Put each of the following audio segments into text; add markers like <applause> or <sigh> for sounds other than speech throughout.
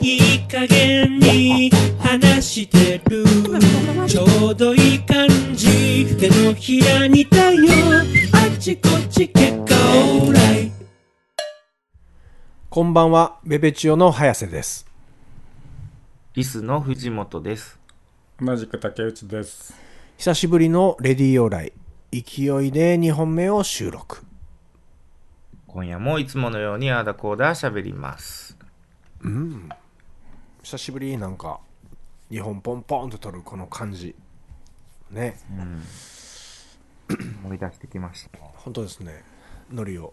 いい加減に話してるちょうどいい感じ手のひらにだよあちこち結果オーライこんばんは、ベベチオの早瀬です。リスの藤本です。同じく竹内です。久しぶりのレディオーライ、勢いで2本目を収録。今夜もいつものようにあーだこーだ喋ります。久しぶりなんか、2本ポンポンと撮るこの感じ。ね、思い出してきました。本当ですね。ノリを。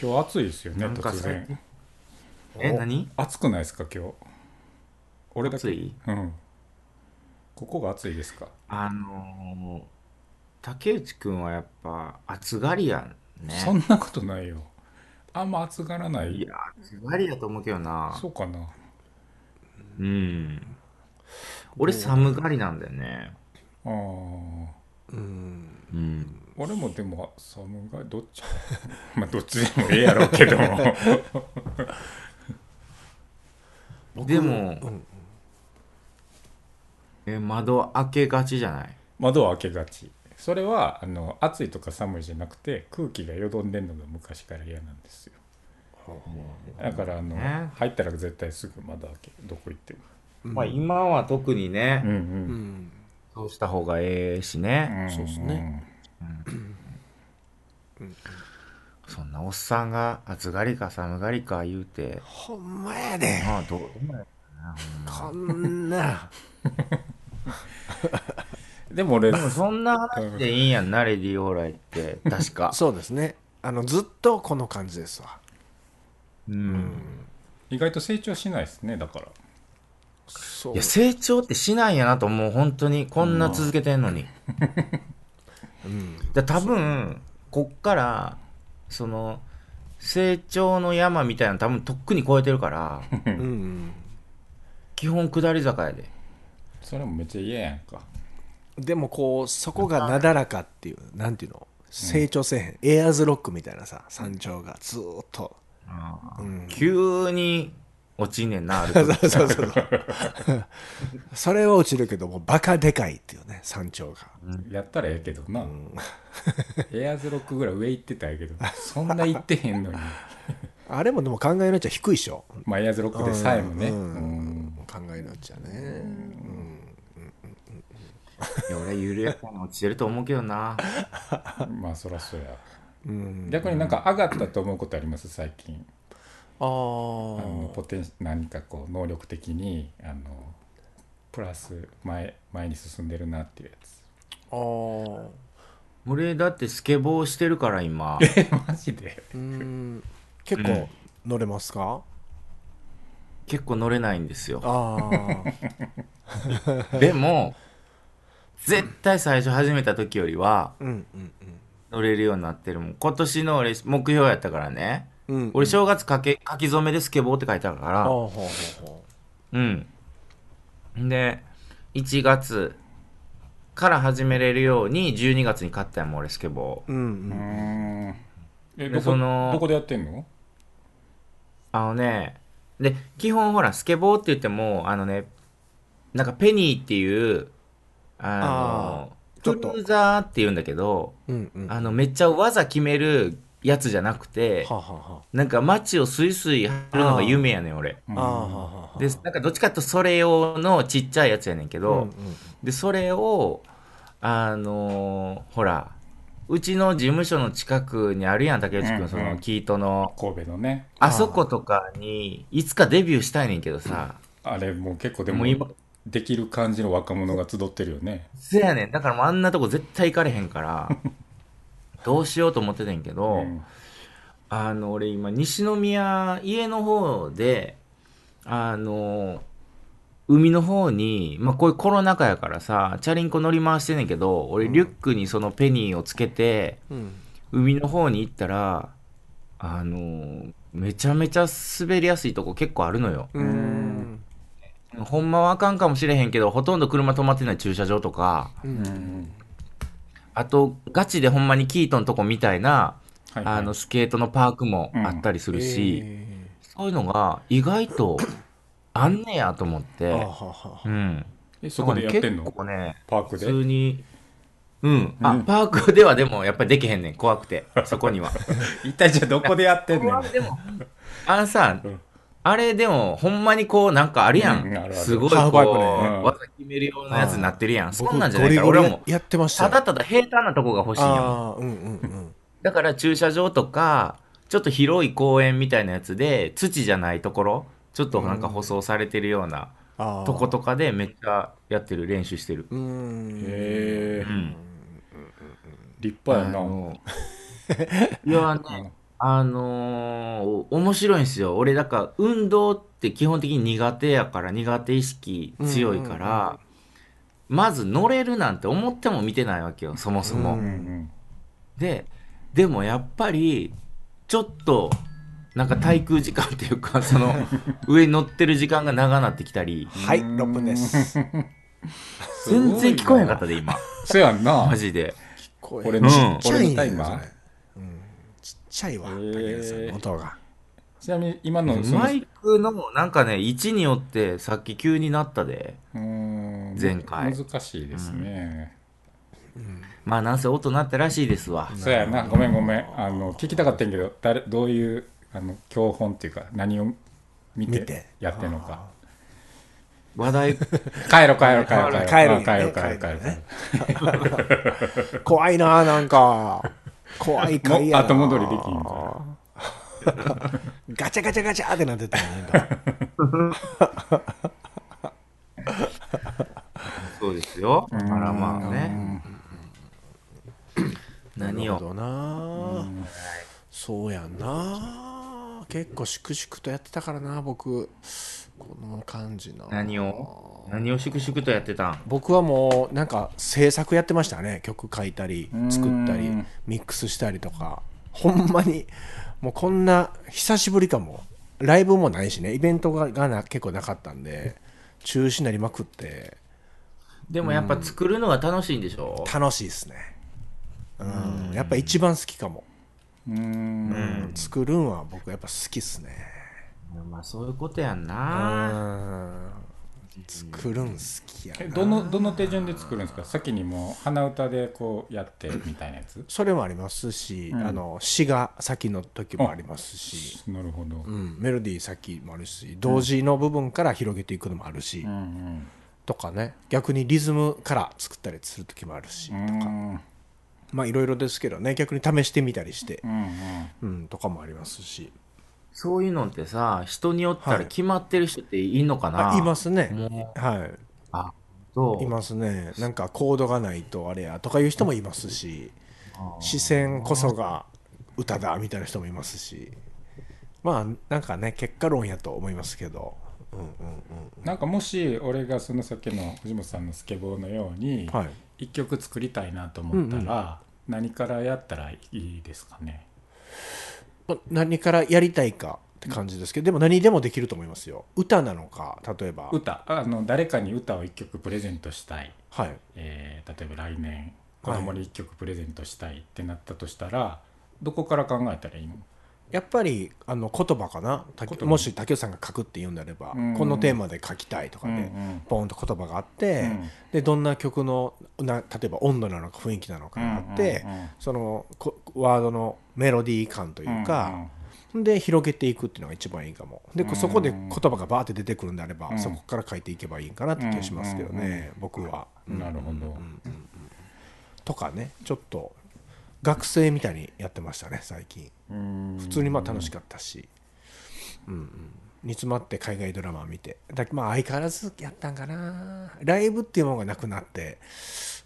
今日暑いですよね、なんか突然。え、何暑くないですか、今日。俺だけ。暑いうん。ここが暑いですか。あのー、竹内くんはやっぱ暑がりやんね。そんなことないよ。あんま暑がらない。いや、暑がりやと思うけどな。そうかな。うん。俺寒がりなんだよね。あーうん。俺もでも寒がりどっち <laughs> まあどっちでもええやろうけども <laughs> でも、え、窓開けがちじゃない窓を開けがちそれはあの暑いとか寒いじゃなくて空気がよどんでんのが昔から嫌なんですよだからあの、ね入ったら絶対すぐ窓開けどこ行ってもまあ今は特にね、うんううんん。そうした方がええしね。んそうっすねそんなおっさんが暑がりか寒がりか言うて、ほんまやで。まあどうこんな。でも俺でもそんな話でいいんやんな、レディオーライって、確か。 <laughs> そうですね。あの、ずっとこの感じですわ。うん。意外と成長しないですねだからそういや、。成長ってしないんやなと思う、本当に。こんな続けてんのに。うん。だ多分、こっから、その、成長の山みたいなの多分とっくに越えてるから、うん。基本下り坂やで。それもめっちゃ嫌やんかでもこうそこがなだらかっていうなんていうの成長せえへん、エアーズロックみたいなさ山頂がずーっ <laughs> と、うん、急に落ちんねんな、あるそうそうそうそうそれは落ちるけどもバカでかいっていうね山頂がやったらええけどな、 <laughs> エアーズロックぐらい上行ってたんやけどそんな行ってへんのにあれもでも考えのうちは低いっしょ、まあエアーズロックでさえもね、うんうん考えのうちはね、いや、俺緩やかに落ちてると思うけどな。まあそらそうやうん、逆になんか上がったと思うことあります最近ああのーポテン何かこう能力的にあのプラス前前に進んでるなっていうやつあー俺、だってスケボーしてるから、今。 <laughs> えマジでうん結構乗れますか、結構乗れないんですよ。ああ <laughs> でも、絶対最初始めた時よりは、うんうん乗れるようになってるもん。今年の俺、目標やったからね。うんうん俺、正月書け、書き初めでスケボーって書いてあるかあーら。ほうほうほうん。で、1月から始めれるように、12月に買ったやもん、俺、スケボー。ううんううんんでえどこそのどこでやってんのあのね、で、基本ほら、スケボーって言っても、あのね、なんかペニーっていう、ああーちょの、っとクルーザーって言うんだけど、うんうんはあの、めっちゃ技決めるやつじゃなくて、あはあはあなんか街をスイスイ走るのが夢やねん、俺。うんああはあはあで、なんかどっちかっていうとそれ用のちっちゃいやつやねんけど、で、それを、あのーほら、うちの事務所の近くにあるやん、竹内くん、うんうんその、キートの。神戸のねあそことかに、いつかデビューしたいねんけどさ、あれもう結構でももう今できる感じの若者が集ってるよねせやねん。だからもうあんなとこ絶対行かれへん <laughs> から、どうしようと思っててんけど、うんあの、俺今、西宮、家の方で、あの、海の方に、まあ、こういうコロナ禍やからさ、チャリンコ乗り回してんねんけど、俺リュックにそのペニーをつけて、うん海の方に行ったら、あの、めちゃめちゃ滑りやすいとこ結構あるのよ。うんほんまはあかんかもしれへんけど、ほとんど車止まってない駐車場とか、うんあと、ガチでほんまにキートのとこみたいな、はいはいあの、スケートのパークもあったりするし、えそういうのが意外とあんねやと思っーあははて、はうん。えそこでやってんだのからねパーク結で構ね、普通に、うん。あ、うんパークではでもやっぱりできへんねん。怖くて、そこには。 <laughs> 一体じゃあどこでやってんねんあでも、あのさうん、あれでも、ほんまにこう、なんかあるやうんあるあん。るすごいこハーフパイプねうんう、技決めるようなやつになってるやん。そんなんじゃ僕ないから、俺はもうゴリゴリやってましたたよだただ平坦なとこが欲しいんよ。ああうんうんうんだから駐車場とか、ちょっと広い公園みたいなやつで、土じゃないところ、ちょっとなんか舗装されてるようなあーとことかでめっちゃやってる、練習してる。うーんへえうん。立派やなあのいやね、あのーお面白いんですよ。俺、だから、運動って基本的に苦手やから、苦手意識強いから、まず乗れるなんて思っても見てないわけよ、そもそも。うんうんで、でもやっぱり、ちょっと、なんか滞空時間っていうか、その、上に乗ってる時間が長なってきたり、はい6分です全然聞こえなかったで、今。そうやんなマジで。俺うのんち俺のタイマーちっちゃいわへ武ー田さんの音がちなみに今のそのマイクの、なんかね、位置によって、さっき急になったで。うーん前回難しいですね、まあなんせ音鳴ったらしいですわ。そうやなごめんごめんあの聞きたかったんやけど誰どういうあの教本っていうか何を見見ててやってんのか話題、帰ろう帰ろう帰ろう帰ろう帰るんやね帰ろう帰ろう帰ろう帰るんやね怖いななんか怖い回やなも後戻りできんかガチャガチャガチャってなってたよなんかそうですよ。あらまあね。何なるを。ほどなそうやんな結構粛々とやってたからな僕この感じな何を何を粛々とやってたん僕はもうなんか制作やってましたね曲書いたりうん作ったりミックスしたりとかほんまにもうこんな久しぶりかもライブもないしねイベントががな結構なかったんで中止になりまくってでもやっぱ作るのが楽しいんでしょ楽しいですねうんやっぱ一番好きかも、うーんうん作るんは僕やっぱ好きっすねまあそういうことやんうな。ん作るん好きやえなどのどの手順で作るんですか先にもう鼻歌でこうやってみたいなやつそれもありますし、んあの詩が先の時もありますしなるほど、ううんん、メロディー先もあるし同時の部分から広げていくのもあるし、うんとかね逆にリズムから作ったりする時もあるし、うんうんまあいろいろですけどね逆に試してみたりしてう、んうん、とかもありますしそういうのってさ、人によったはらい決まってる人っていんのかなあいますねもはう、いあ、いそう。ますねなんかコードがないとあれやとかいう人もいますし視線こそが歌だみたいな人もいますしまあなんかね結果論やと思いますけど、うんうんなんかもし俺がそのさっきの藤本さんのスケボーのように、うん、はい一曲作りたいなと思ったら、何からやったらいいですかねま何からやりたいかって感じですけどでも何でもできると思いますよ歌なのか例えば歌あの誰かに歌を一曲プレゼントしたい、はいえー例えば来年子供に一曲プレゼントしたいってなったとしたら、どこから考えたらいいのやっぱりあの言葉かなた言葉もし竹内さんが書くって言うんであれば、うんこのテーマで書きたいとかで、うんうんポンと言葉があって、うんでどんな曲のな例えば温度なのか雰囲気なのかがあって、うんうんうんそのこワードのメロディー感というか、で広げていくっていうのが一番いいかもでこそこで言葉がバーって出てくるんであれば、そこから書いていけばいいかなって気がしますけどね、僕は。うんうんなるほど、とかねちょっと学生みたいにやってましたね最近うん普通にまあ楽しかったし、うんうん、煮詰まって海外ドラマを見てだまあ相変わらずやったんかなライブっていうものがなくなって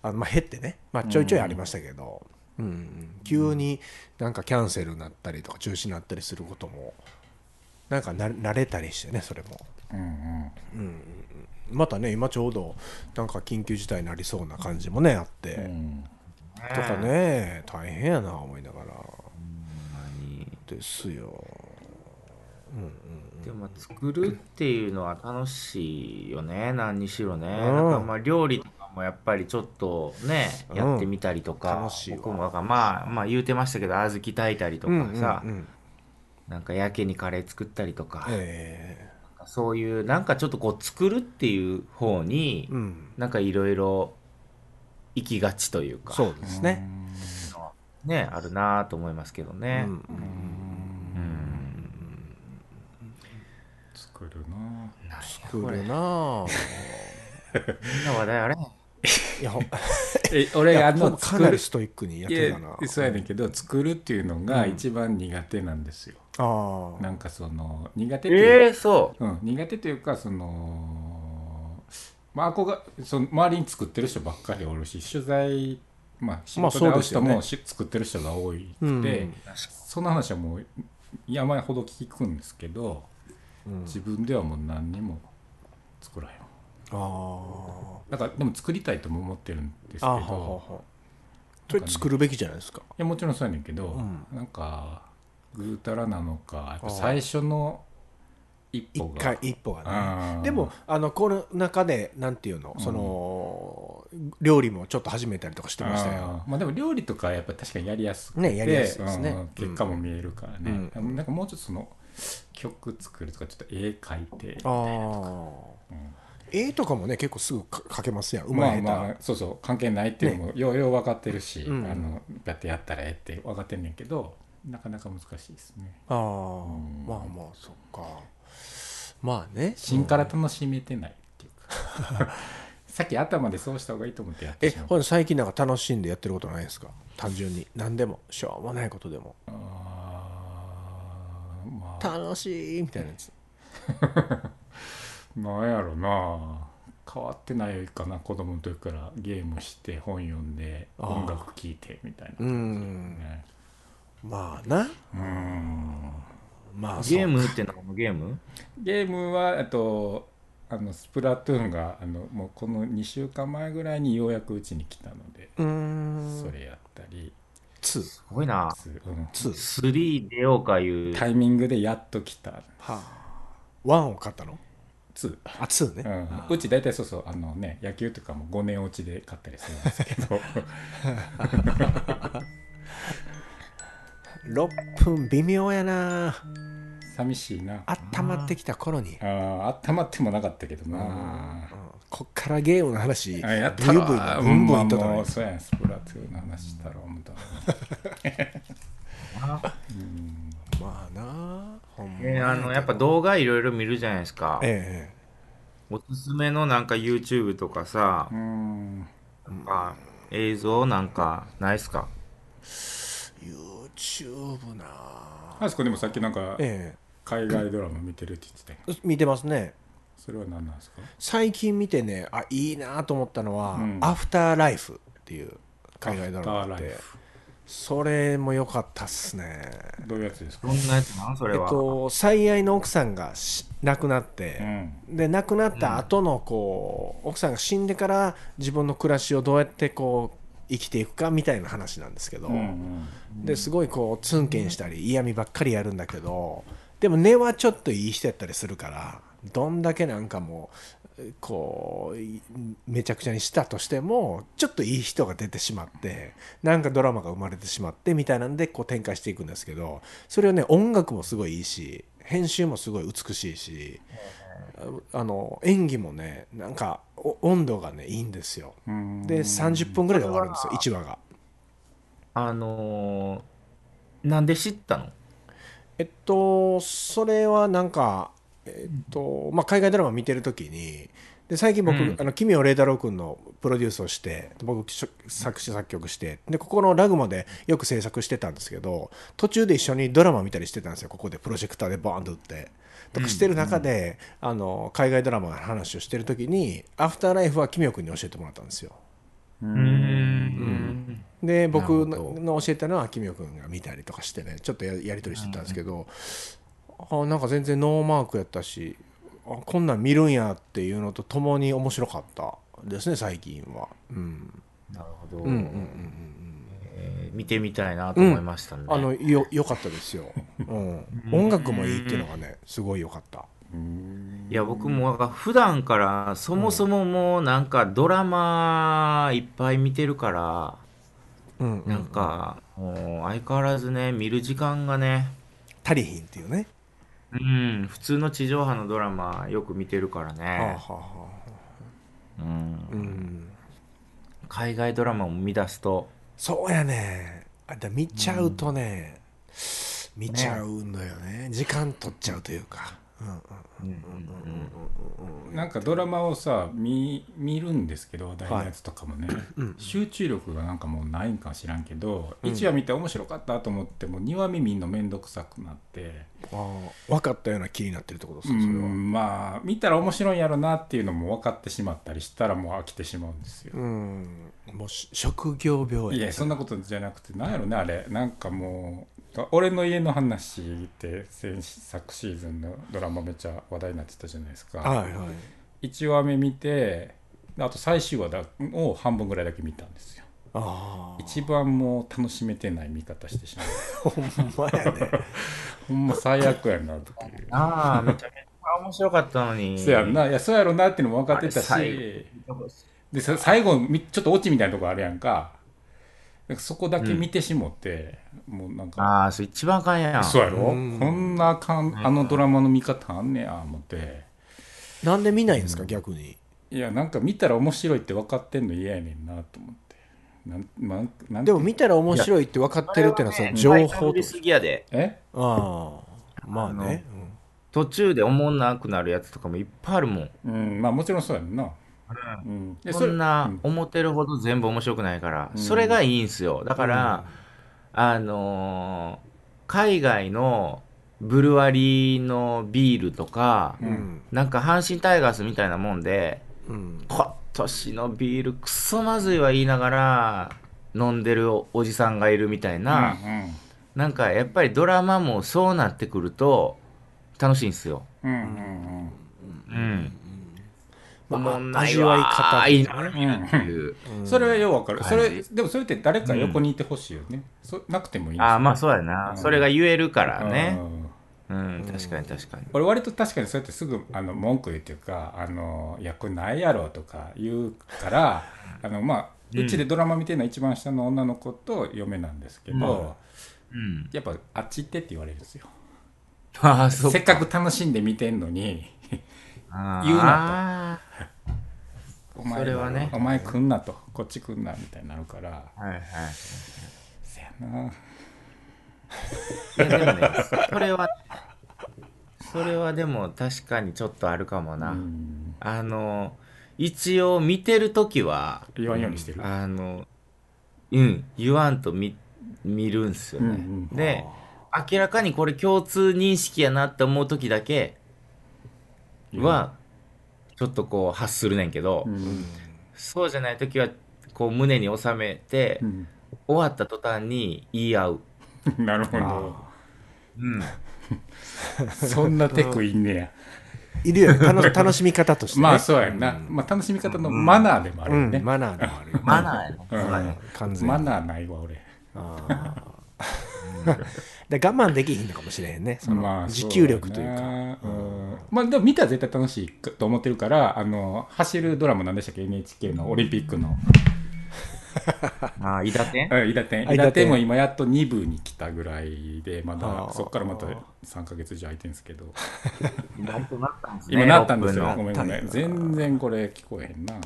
あのまあ減ってね、まあ、ちょいちょいありましたけど、うんうん急になんかキャンセルになったりとか中止になったりすることもなんかな慣れたりしてねそれも。うんうんまたね今ちょうどなんか緊急事態になりそうな感じもねあって、うんとかね大変やな思いながらですよでも作るっていうのは楽しいよね、何にしろね。んなんかまあ料理とかもやっぱりちょっとね、うんやってみたりとか楽しいわ僕もだからまあまあ言うてましたけど小豆炊いたりとかさ、うんうんうんなんかやけにカレー作ったりとか、えそういうなんかちょっとこう作るっていう方に、えうんなんかいろいろ行きがちというかそうですね、ねあるなと思いますけどうんね。うん作るななんや来これるなあみんな話題あれいやほんえ俺いやあものうか作なるりストイックにやっいてやたなそうやねんけど作るっていうのが一番苦手なんですよ、ああなんかその苦手っていうええそうん、苦手というかそのまあ憧れその周りに作ってる人ばっかりおるし取材まあ仕まあ事そでう会うですよ人ねもし、作ってる人が多くて、うんその話はもう山ほど聞くんですけどうん自分ではもう何にも作らへんああだからでも作りたいとも思ってるんですけあははどはそれ作るべきじゃないですかいやもちろんそうやねんけど、うんなんかぐうたらなのかやっぱ最初の一一歩が回一歩がねうんでもあのコロナ禍でなんていうのその料理もちょっと始めたりとかしてましたよあーまあでも料理とかやっぱ確かにやりやすくて、ねやりやすいですねうんうん結果も見えるからね、うなんかもうちょっとその曲作るとかちょっと絵描いて、ああうん絵とかもね結構すぐか描けますやんうままあい下手、まあそうそう関係ないっていうのもようよう分かってるし、うんあのだってやったらええって分かってんねんけどなかなか難しいですねああ、んまあまあそっかまあね芯から楽しめてないっていうか <laughs> さっき頭でそうした方がいいと思ってやってえしまうほら最近なんか楽しんでやってることないですか単純に何でもしょうもないことでもあーまあ楽しいみたいなやつなんやろな変わってないかな子供の時からゲームして本読んであー音楽聴いてみたいな、うんねまあなうんまあそうゲームってのはもうゲームゲームはあとあのスプラトゥーンがあのもうこの2週間前ぐらいにようやくうちに来たので、うーんそれやったり、ツすごいな。うんーツー3出ようかいう。タイミングでやっと来たはあワンを買ったの2、あツーね、うあん、うち大体そうそうあのね野球とかも5年落ちで勝ったりするんで <laughs> すけど6分微妙やな寂しいなあったまってきた頃にあー温まってもなかったけどな、うんこっからゲームの話あやったブらイブイなブンブン言っとったうのんまあもにうそうやんスプラトゥーンの話したら思ったなうんまあなほんまえあのやっぱ動画いろいろ見るじゃないですか。えおすすめのなんか YouTube とかさう、んなんか映像なんかないっすかえ YouTube なあそこでもさっきなんかえ海外ドラマ見てるって言ってたよえ見てますねそれは何なんですか最近見てねあいいなと思ったのは、うんアフターライフ」っていう海外ドラマがあっアフターラてイフそれも良かったっすねどういうやつですかどんなやつなんそえれっは。と最愛の奥さんがし亡くなっうて、んで亡くなった後のこう奥さんが死んでから自分の暮らしをどうやってこう生きていくかみたいな話なんですけど、うんうんですごいこうツンケンしたり嫌味ばっかりやるんだけどでも根はちょっといい人やったりするからどんだけなんかもうこういめちゃくちゃにしたとしてもちょっといい人が出てしまってなんかドラマが生まれてしまってみたいなんでこう展開していくんですけどそれをね音楽もすごいいいし編集もすごい美しいしああの演技もねなんかお温度がねいいんですようんで30分ぐらいで終わるんですよ1話が。あのー、なんで知ったのえっと、それはなんか、えっとまあ、海外ドラマ見てるときにで最近僕、うんあの奇妙麗太郎君のプロデュースをして僕しょ作詞作曲してでここのラグマでよく制作してたんですけど途中で一緒にドラマ見たりしてたんですよここでプロジェクターでバーンと打って。とかしてる中で、あの海外ドラマの話をしてるときに「アフターライフ」は奇妙君に教えてもらったんですよ。うんうーん。で僕なるほのの教えたのは秋宮君が見たりとかしてねちょっとややり取りしてたんですけど、あなんか全然ノーマークやったしあこんなん見るんやっていうのとともに面白かったですね最近は、うん、なるほど、うんうんうんうんえー見てみたいなと思いましたね。うんあのよ良かったですよ、うん、音楽もいいっていうのがねすごい良かったうんいや僕もなんか普段からそもそももうなんかドラマいっぱい見てるから、うんうなんん、かもう相変わらずね見る時間がねタリヒンっていうね、うん普通の地上波のドラマよく見てるからはあはね、あはあうん、うん、海外ドラマを見出すとそうやねあだ見ちゃうとね、見ちゃうんだよね時間取っちゃうというか、うんうんなんかドラマをさ見見るんですけど大のやつとかもね、集中力がなんかもうないんか知らんけど、うん1話見て面白かったと思っても2話目見んの面倒くさくなって、ああ分かったような気になってるってことさそれうは、んまあ見たら面白いんやろなっていうのも分かってしまったりしたらもう飽きてしまうんですよ。うんもうし職業病いやそんなことじゃなくてなんやろねあれなんかもう俺の家の話って先昨シーズンのドラマめっちゃ話題になってたじゃないですか。はいはい1話目見てあと最終話だを半分ぐらいだけ見たんですよああ一番もう楽しめてない見方してしまう <laughs> ほんまやねほんま最悪やなって <laughs> いうああめちゃめちゃ面白かったのにそうやろないやそうやろなっていうのも分かってたあれしでさ最後みちょっとオチみたいなとこあるやんかなんかそこだけ見てしもって、もうなんかああそれ一番あかんやんそうやろこうんんなあかんあのドラマの見方あんねや思って <laughs> なんで見ないんですか逆にいやなんか見たら面白いって分かってんの嫌やねんなと思ってなんなんなんでも見たら面白いって分かってるっていうのはその情報ととすぎやでえああまあね途中で思んなくなるやつとかもいっぱいあるもんうん、まあもちろんそうやんな。うん、でそんうなん思ってるほど全部面白くないから、うんそれがいいんすよだから、あのー海外のブルワリーのビールとか、ううんんなんか阪神タイガースみたいなもんでうん、うん今年のビールクソまずいは言いながら飲んでるおおじさんがいるみたいな、なんかやっぱりドラマもそうなってくると楽しいんすようんうんうんうん、まあおもんない味わい方わーいいなっうんうんていう、うんそれはようわかる。それ感でもそれって誰か横にいてほしいよね。そなくてもいい。ああまあそうやな、うんそれが言えるからね、うんうん、確かに確かに。俺割と確かにそうやってすぐあの文句言うっていうか「あのいやこれないやろ」とか言うからあのまあうんうちでドラマ見てるのは一番下の女の子と嫁なんですけど、うん。やっぱ「あっち行って」って言われるんですよ。ああ、そせっかく楽しんで見てんのに言言うなお前それはねお前来んなとこっち来んなみたいになるからと。はいはい。せやないやでもね、それは、それはでも確かにちょっとあるかもな。うんあの、一応見てるときは、言わんようにしてる、あの、うん、言わんと見、見るんすよね。うんうんで、明らかにこれ共通認識やなって思うときだけは、ちょっとこう発するねんけど、うんそうじゃないときは、こう胸に収めて、終わった途端に言い合う。うんなるほどうん。そんなテクいんねやいるよね楽し楽しみ方として、ね、 <laughs> まあそうやんな、まあ、楽しみ方のマナーでもあるうよんね、マナーでもあるよマナーやね。うんそうだね完全にマナーないわ俺あー <laughs> で我慢できひんのかもしれへんねそまのあ持そうやな久力というか、うんまあでも見たら絶対楽しいと思ってるからあの走るドラマなんでしたっけ NHK のオリンピックのああ、いだてんうん伊達天あ伊達伊達天天も今やっと2部に来たぐらいでまあだーそっからまた3か月以上空いてるんですけどなくなったんですね。今なったんですよ6ご分めんごめん全然これ聞こえへんなの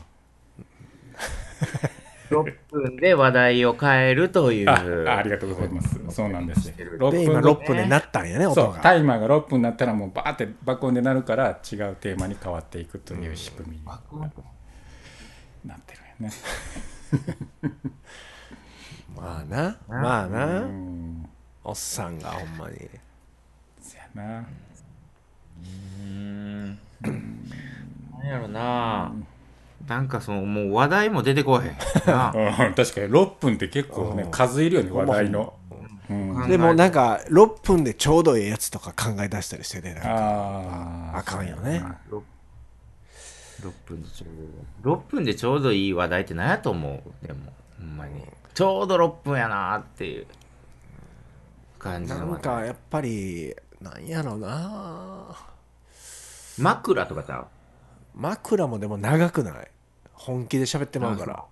6分で話題を変えるという。あありがとうございますそうなんですよ6で今分6分でなったんやねそ音うがタイマーが6分になったらもうバーって爆音でなるから違うテーマに変わっていくという仕組みになってるよねまあなまあうな、んおっさんがほんまにそやなうーん。なんやろな。なんかその、もう話題も出てこへん。 <laughs> なうん確かに6分って結構ね数いるよね話題のうん考えあてでもなんか6分でちょうどええやつとか考え出したりしてねなんかあーあかんよねろ6分でちょうど6分でちょうどいい話題って何やと思うでもほんまにちょうど6分やなーっていう感じなのん話題かやっぱりなんやろな枕とかさ枕もでも長くない本気で喋ってまうから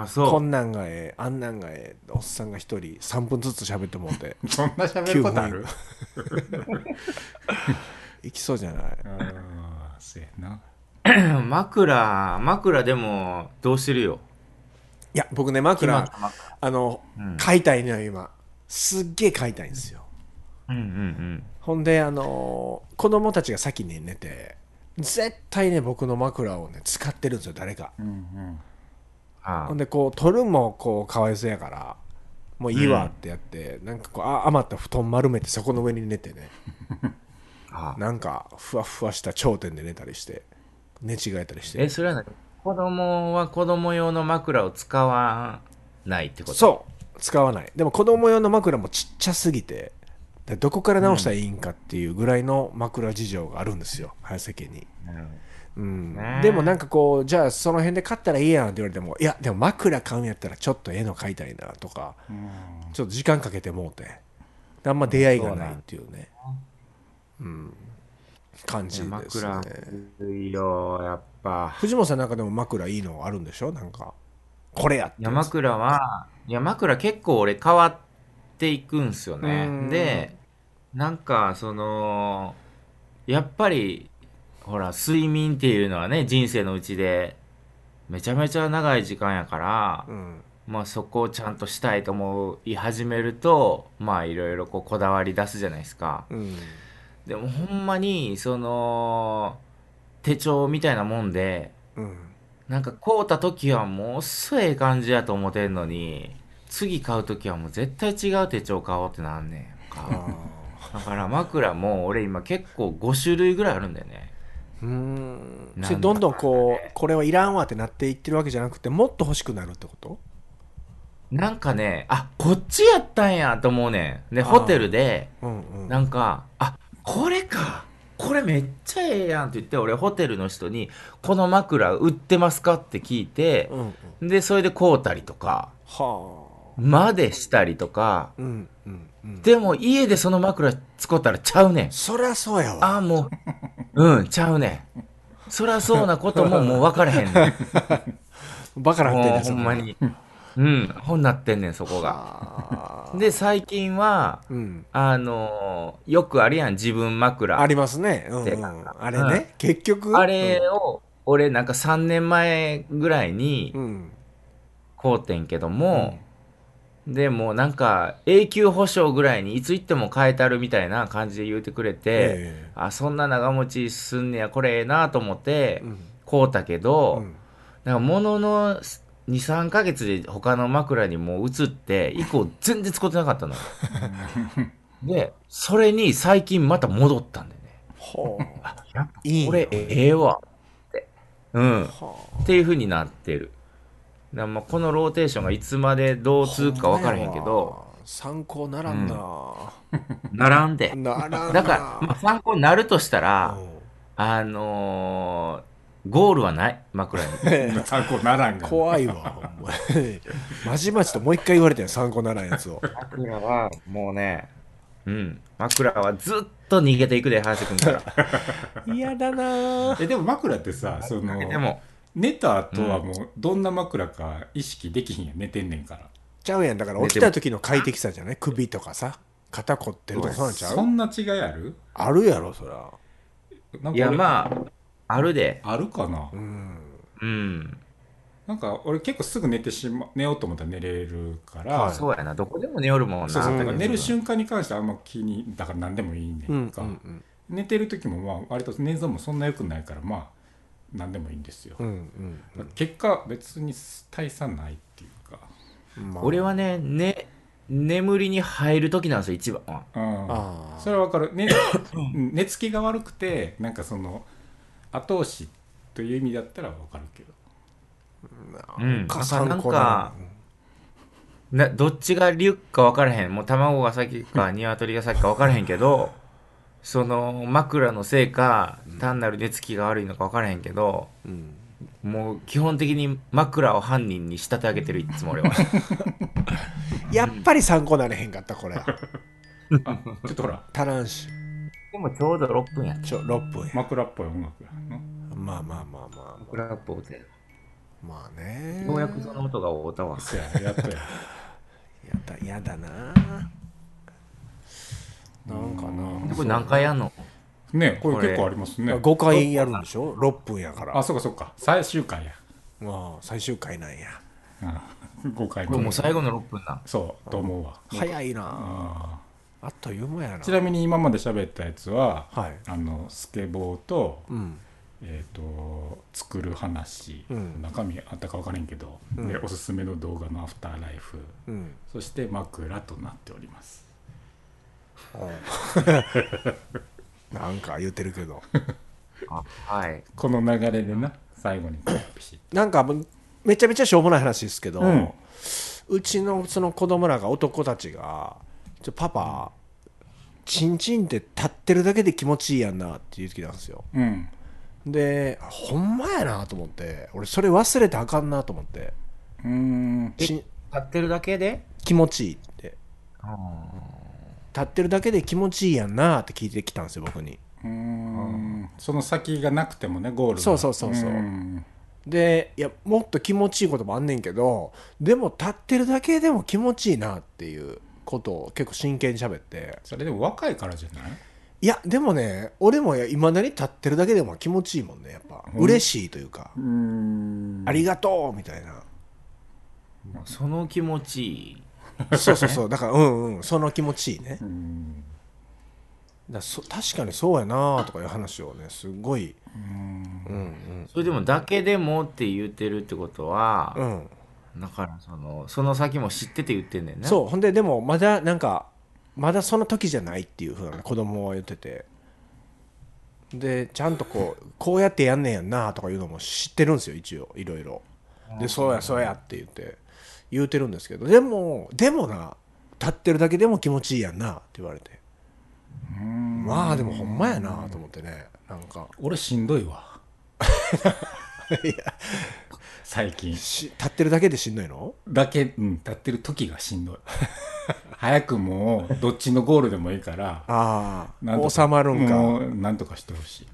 あこそんなんがええあんなんがええおっさんが一人3分ずつ喋ってもうてそんな喋ることあるいきそうじゃないああそうやなう枕枕でもどうしてるよいや僕ね枕枕あの、うん買いたいのよ今すっげえ買いたいんですようんうんうんほんであの子供たちが先に寝て絶対ね僕の枕をね使ってるんですよ誰かうんうんあほんでこう取るんもこうかわいそうやからもういいわってやって、なんかこうあ余った布団丸めてそこの上に寝てねあなんかふわふわした頂点で寝たりして寝違えたりしてえそれは何子供は子供用の枕を使わないってことうそう使わないでも子供用の枕もちっちゃすぎてでどこから直したらいいんかっていうぐらいの枕事情があるんですよ早瀬家に、うんねえでもなんかこうじゃあその辺で買ったらいいやんって言われてもいやでも枕買うんやったらちょっと絵の買いたいなとかうんちょっと時間かけてもうてあんま出会いがないっていうねうん感じですね枕薄いよやっぱ藤本さんなんかでも枕いいのあるんでしょなんかこれやっていや枕はいや枕結構俺変わっていくんすようねんでなんかそのやっぱりほら睡眠っていうのはね人生のうちでめちゃめちゃ長い時間やから、うんまあそこをちゃんとしたいと思い始めるとまあいろいろこうこだわり出すじゃないですかうんでもほんまにその手帳みたいなもんでうんなんか買うた時はもうすええ感じやと思ってんのに次買う時はもう絶対違う手帳買おうってなんねあん <laughs> ーかだから枕も俺今結構5種類ぐらいあるんだよねうーんなんだそれどんどんこうこれはいらんわってなっていってるわけじゃなくてもっと欲しくなるってことなんかねあこっちやったんやと思うねんでホテルでうんうんなんかあこれかこれめっちゃええやんって言って俺ホテルの人に「この枕売ってますか?」って聞いてうんうんでそれで買うたりとかはあまでしたりとかうんうんうんでも家でその枕使ったらちゃうねん。そりゃそうやわああ、もう、 <laughs> うん、ちゃうねん。そりゃそうなことももう分からへ <laughs> んねん。バカなんてもねうほそんなまに。うん、本なってんねん、そこが。はあで、最近は、 <laughs> うんあのーよくあるやん、自分枕。ああれりますねうんうでんあれね結局を、俺なんか3年前ぐらいにうんうん買うてんけども、でもうなんか永久保証ぐらいにいつ行っても変えたるみたいな感じで言うてくれて、えあそんな長持ちすんねやこれええなと思っえてうん買うたけど、うんなんかものの23ヶ月で他の枕にもう移って以降全然使ってなかっ <laughs> たのよでそれに最近また戻ったんでねほうやっぱいいこよれええわってうんっはあていう風になってるだからまあこのローテーションがいつまでどう続くか分からへんけどほんまやわ参考ならんな並んでならんなだから、まあ、参考になるとしたら、うんあのーゴールはない枕に参考ならんが怖いわほんまにまじまじともう一回言われてん参考ならんやつを枕はもうねうん枕はずっと逃げていくで林くんから嫌だなえでも枕ってさそのでも寝た後はもうどんな枕か意識できひんやん寝てんねんからちゃうやんだから起きた時の快適さじゃない首とかさ肩凝ってるとかそうなんちゃそうんな違いあるあるやろそらなんか俺いやまああるであるかなうんうんなんか俺結構すぐ寝てしま寝ようと思ったら寝れるから、はいそうやなどこでも寝よるもんなそうそうなんかうん寝る瞬間に関してはあんま気にだから何でもいいねうんんか、うん寝てる時もまあ割と寝相もそんな良くないからまあ何でもいいんですよ、うんうん結果別に大差ないっていうかうんまあ俺はねね眠りに入る時なんですよ一番はうんああそれはわかる、ね、 <coughs> うん寝つきが悪くてなんかその後押しという意味だったらわかるけどうんかな参ん考ならかなどっちがリュックか分からへんもう卵が先か鶏が先か分からへんけどその枕のせいか単なる寝つきが悪いのか分からへんけど、うんうんもう基本的に枕を犯人に仕立て上げてるいつも俺はやっぱり参考なれへんかったこれあちょっとほら足らんしでもちょうど6分やった。ちょ6分や、枕っぽい音楽やなまあまあまあまクラップをて。あまあねようやくその音が終わったわ。せややっとややだやだななんかなこれ何回やんのねこれこれ結構ありますね5回やるんでしょ6分やからあそうかそうか最終回やまあ最終回なんや5回これもう最後の6分な。そうと思うわ早いなああっという間やなーちなみに今まで喋ったやつは、はいあのスケボーと,、うんえー、と作る話、うん中身あったか分からへんけど、うんでおすすめの動画のアフターライフうんそして枕となっておりますうん <laughs> なんか言ってるけどあはい。この流れでな最後にこうピシッなんかめちゃめちゃしょうもない話ですけど、と、うんうちのその子供らが男たちが「ちょパパチンチンって立ってるだけで気持ちいいやんな」って言ってきたんですようん、でほんまやなと思って俺それ忘れてあかんなと思ってうーんちん立ってるだけで気持ちいいってあ立ってるだけで気持ちいいやんなって聞いてきたんですよ僕にうーんその先がなくてもねゴールがそうそうそうそううんでいやもっと気持ちいいこともあんねんけどでも立ってるだけでも気持ちいいなっていうことを結構真剣に喋ってそれでも若いからじゃないいやでもね俺もいまだに立ってるだけでも気持ちいいもんねやっぱ嬉しいというか、うんありがとうみたいなーその気持ちいい。そうそうそうだからうんうんその気持ちいいねだかうんらそ確かにそうやなとかいう話をねすごいうんそれでもだけでもって言ってるってことは、うんうんだからそのその先も知ってて言ってんねんな。そうほんででもまだなんかまだその時じゃないっていうふうな子供は言っててでちゃんとこうこうやってやんねんやんなとかいうのも知ってるんですよ一応いろいろでそうやそうやって言って言うてるんですけどでもでもな立ってるだけでも気持ちいいやんなって言われてまあでもほんまやなと思ってねなんか俺しんどい <laughs> わ最近し立ってるだけでしんどいのだけ、うん、立ってる時がしんどい <laughs> 早くもうどっちのゴールでもい <laughs> いからあなんとあ収まるんもかうなんとかしてほしい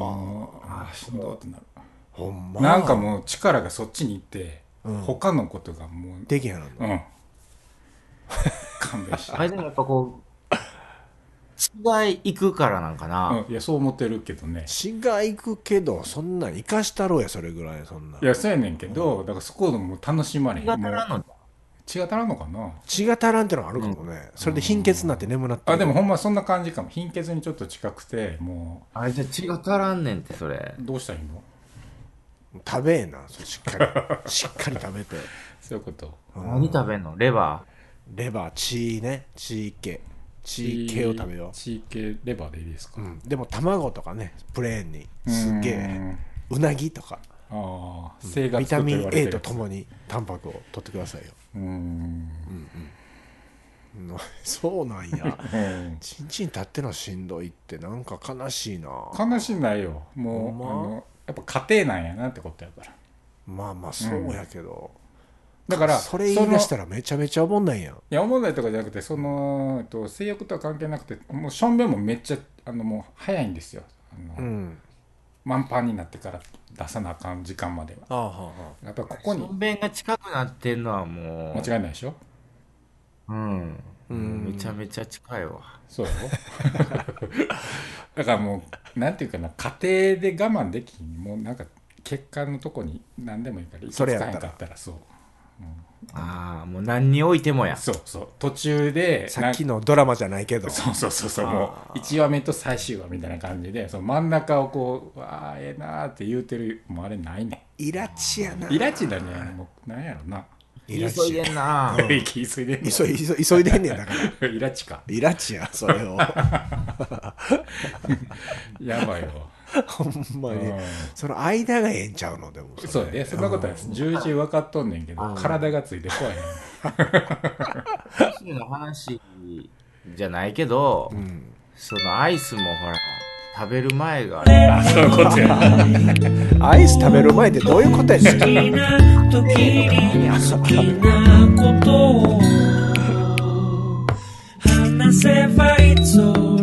もうああしんどいってなるほんまなんかもう力がそっちに行って、うん他のことがもうできへんのうん勘弁してあれでもやっぱこう、違い行くからなんかな。うん、いやそう思ってるけどね血が行くけどそんなん生かしたろうやそれぐらいそんないやそうやねんけど、だからそこでもう楽しまれへん気が足らんもうの血が足らんのかな血が足らんってのはあるかもね、それで貧血になって眠なってるあでもほんまそんな感じかも貧血にちょっと近くてもあれじゃ血が足らんねんってそれう。どうしたらいいの食べえなそれしっか <laughs> りしっかり食べてそういうこと何食べんのレバレバー血ね血系血系を食べよ血系レバーでいいですう、か、うん、でも卵とかねプレーンにすげうえんうなぎとかああ生ビ活タとミ言ンわれ A てるとともにタンパクを取ってくださいよ、うーんうん <laughs> そうなんやうんちんちん立ってのしんどいってなんか悲しいな悲しないよもほう、んまあのやっぱ家庭なんやなってことやからまあまあそうやけど、だからそれ言い出したららめちゃめちゃおもんないやんいや問題とかじゃなくてその、えっと、性欲とは関係なくてもうしょんべんもめっちゃあのもう早いんですよあの、うん満帆になってから出さなあかん時間まではああはあはやっぱこーこにしょんべんが近くなってんのはもう。間違いないでしょうん。うんめちゃめちゃ近いわ。そうよ <laughs> だからもうなんていうかな家庭で我慢できひんもうなんか血管のとこに何でもいいから行きそれ着やったかへらんかったらそうああ、もう何においてもや。そうそう途中でさっきののドラマじゃないけどそうそうそうそうもう1話目と最終話みたいな感じでその真ん中をこう「わあええな」って言うてるもうあれないねイラチやなんイラチだねもうなんやろなイラ急いチでんな。気急いでんの急い急い急いでんねんだからイラチかイラチやそれをやばいわほんまにうんその間がええんちゃうのでもそうやねねそんなことは重々分かっとんねんけど体がついてこいそういうの話じゃないけど、うんそのアイスもほら、食べる前が。あそういうことやアイス食べる前ってどういうことやね好んきな時に好きなことを話せばいいぞ